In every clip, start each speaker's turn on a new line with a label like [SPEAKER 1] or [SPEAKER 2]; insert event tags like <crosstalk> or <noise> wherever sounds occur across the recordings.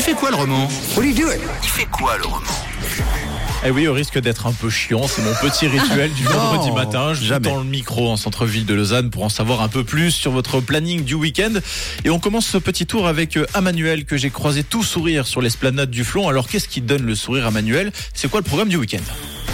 [SPEAKER 1] fait quoi le roman
[SPEAKER 2] What are you doing?
[SPEAKER 3] Il fait quoi le roman
[SPEAKER 4] Eh oui, au risque d'être un peu chiant, c'est mon petit rituel du vendredi matin. Je
[SPEAKER 1] jamais.
[SPEAKER 4] dans le micro en centre-ville de Lausanne pour en savoir un peu plus sur votre planning du week-end. Et on commence ce petit tour avec euh, Emmanuel que j'ai croisé tout sourire sur l'esplanade du Flon. Alors qu'est-ce qui donne le sourire à Emmanuel C'est quoi le programme du week-end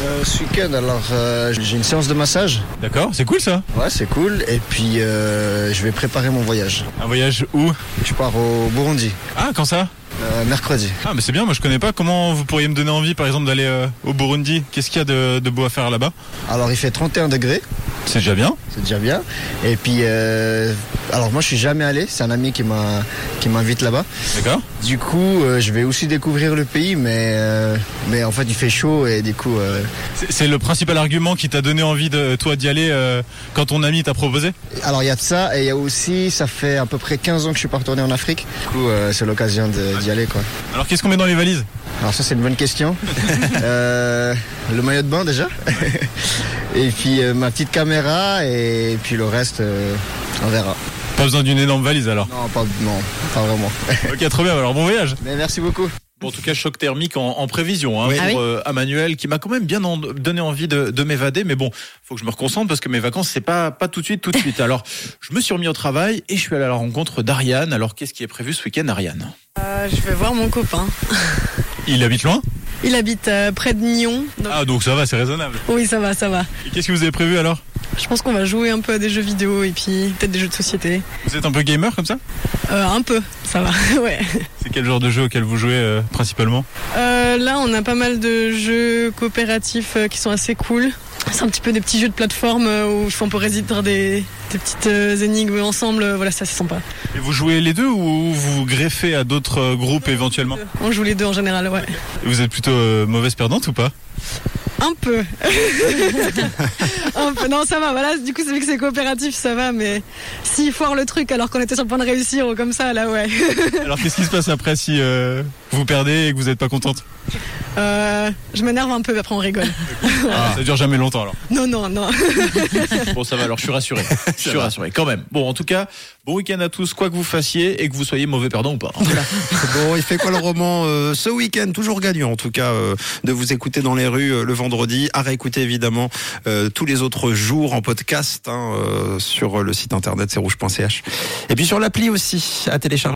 [SPEAKER 5] Euh, ce week-end, alors euh, j'ai une séance de massage.
[SPEAKER 4] D'accord, c'est cool ça.
[SPEAKER 5] Ouais, c'est cool. Et puis euh, je vais préparer mon voyage.
[SPEAKER 4] Un voyage où
[SPEAKER 5] Je pars au Burundi
[SPEAKER 4] Ah, quand ça
[SPEAKER 5] euh, mercredi.
[SPEAKER 4] Ah, mais c'est bien. Moi, je connais pas. Comment vous pourriez me donner envie, par exemple, d'aller euh, au Burundi Qu'est-ce qu'il y a de, beau à faire là-bas
[SPEAKER 5] Alors il fait 31 degrés,
[SPEAKER 4] C'est déjà bien.
[SPEAKER 5] c'est déjà bien. Et puis euh, alors moi je suis jamais allé, c'est un ami qui m'a qui m'invite là-bas.
[SPEAKER 4] D'accord.
[SPEAKER 5] Du coup, euh, je vais aussi découvrir le pays, mais euh, mais en fait il fait chaud et du coup euh,
[SPEAKER 4] C'est c'est le principal argument qui t'a donné envie de toi d'y aller euh, quand ton ami t'a proposé
[SPEAKER 5] alors il y a de ça et il y a aussi ça fait à peu près 15 ans que je suis pas retourné en Afrique. Du coup, euh, c'est l'occasion de- d'y aller quoi.
[SPEAKER 4] Alors qu'est-ce qu'on met dans les valises
[SPEAKER 5] Alors ça c'est une bonne question. Euh, le maillot de bain déjà. <laughs> et puis euh, ma petite caméra et puis le reste euh, on verra.
[SPEAKER 4] Pas besoin d'une énorme valise <laughs> alors.
[SPEAKER 5] Non pas, non, pas vraiment.
[SPEAKER 4] ok, trop bien. Alors bon voyage.
[SPEAKER 5] Mais merci beaucoup.
[SPEAKER 4] Bon, en tout cas, choc thermique en, en prévision hein,
[SPEAKER 1] Ouais.
[SPEAKER 4] pour
[SPEAKER 1] Ah oui
[SPEAKER 4] euh, Emmanuel, qui m'a quand même bien en- donné envie de, de m'évader. Mais bon, faut que je me reconcentre parce que mes vacances, c'est pas pas tout de suite, tout <laughs> de suite. Alors, je me suis remis au travail et je suis allé à la rencontre d'Ariane. Alors, qu'est-ce qui est prévu ce week-end, Ariane
[SPEAKER 6] Euh, je vais voir mon copain.
[SPEAKER 4] Il habite loin
[SPEAKER 6] Il habite euh, près de Nyon. donc-
[SPEAKER 4] Ah, donc ça va, c'est raisonnable.
[SPEAKER 6] Oui, ça va, ça va.
[SPEAKER 4] Et qu'est-ce que vous avez prévu alors
[SPEAKER 6] Je pense qu'on va jouer un peu à des jeux vidéo et puis peut-être des jeux de société.
[SPEAKER 4] Vous êtes un peu gamer comme ça
[SPEAKER 6] Euh, un peu, ça va, <laughs> ouais.
[SPEAKER 4] C'est quel genre de jeu auquel vous jouez euh, principalement
[SPEAKER 6] Euh, là, on a pas mal de jeux coopératifs euh, qui sont assez cool. C'est un petit peu des petits jeux de plateforme euh, où on peut résoudre des, des petites euh, énigmes ensemble. euh, Voilà, ça c'est sympa.
[SPEAKER 4] Et vous jouez les deux ou vous greffez à d'autres euh, groupes éventuellement
[SPEAKER 6] On joue les deux en général, ouais.
[SPEAKER 4] Et Vous êtes plutôt euh, mauvaise perdante ou pas
[SPEAKER 6] Un peu. Un peu. Non, ça va, voilà. Du coup, c'est vu que c'est coopératif, ça va, mais s'il foire le truc alors qu'on était sur le point de réussir ou comme ça, là, ouais.
[SPEAKER 4] Alors qu'est-ce qui se passe après si euh, vous perdez et que vous n'êtes pas contente
[SPEAKER 6] Euh, je m'énerve un peu, mais après on rigole.
[SPEAKER 4] Ça dure jamais longtemps alors.
[SPEAKER 6] Non, non, non.
[SPEAKER 4] Ah. Bon, ça va, alors je suis <laughs> rassuré. Je suis rassuré quand même. Bon, en tout cas, bon week-end à tous, quoi que vous fassiez et que vous soyez mauvais perdant ou pas.
[SPEAKER 1] Bon, il fait quoi le roman euh, ce week-end Toujours gagnant en tout cas euh, de vous écouter dans les rues euh, le vendredi. À réécouter évidemment euh, tous les autres jours en podcast hein, euh, sur le site internet c'est rouge.ch et puis sur l'appli aussi à télécharger.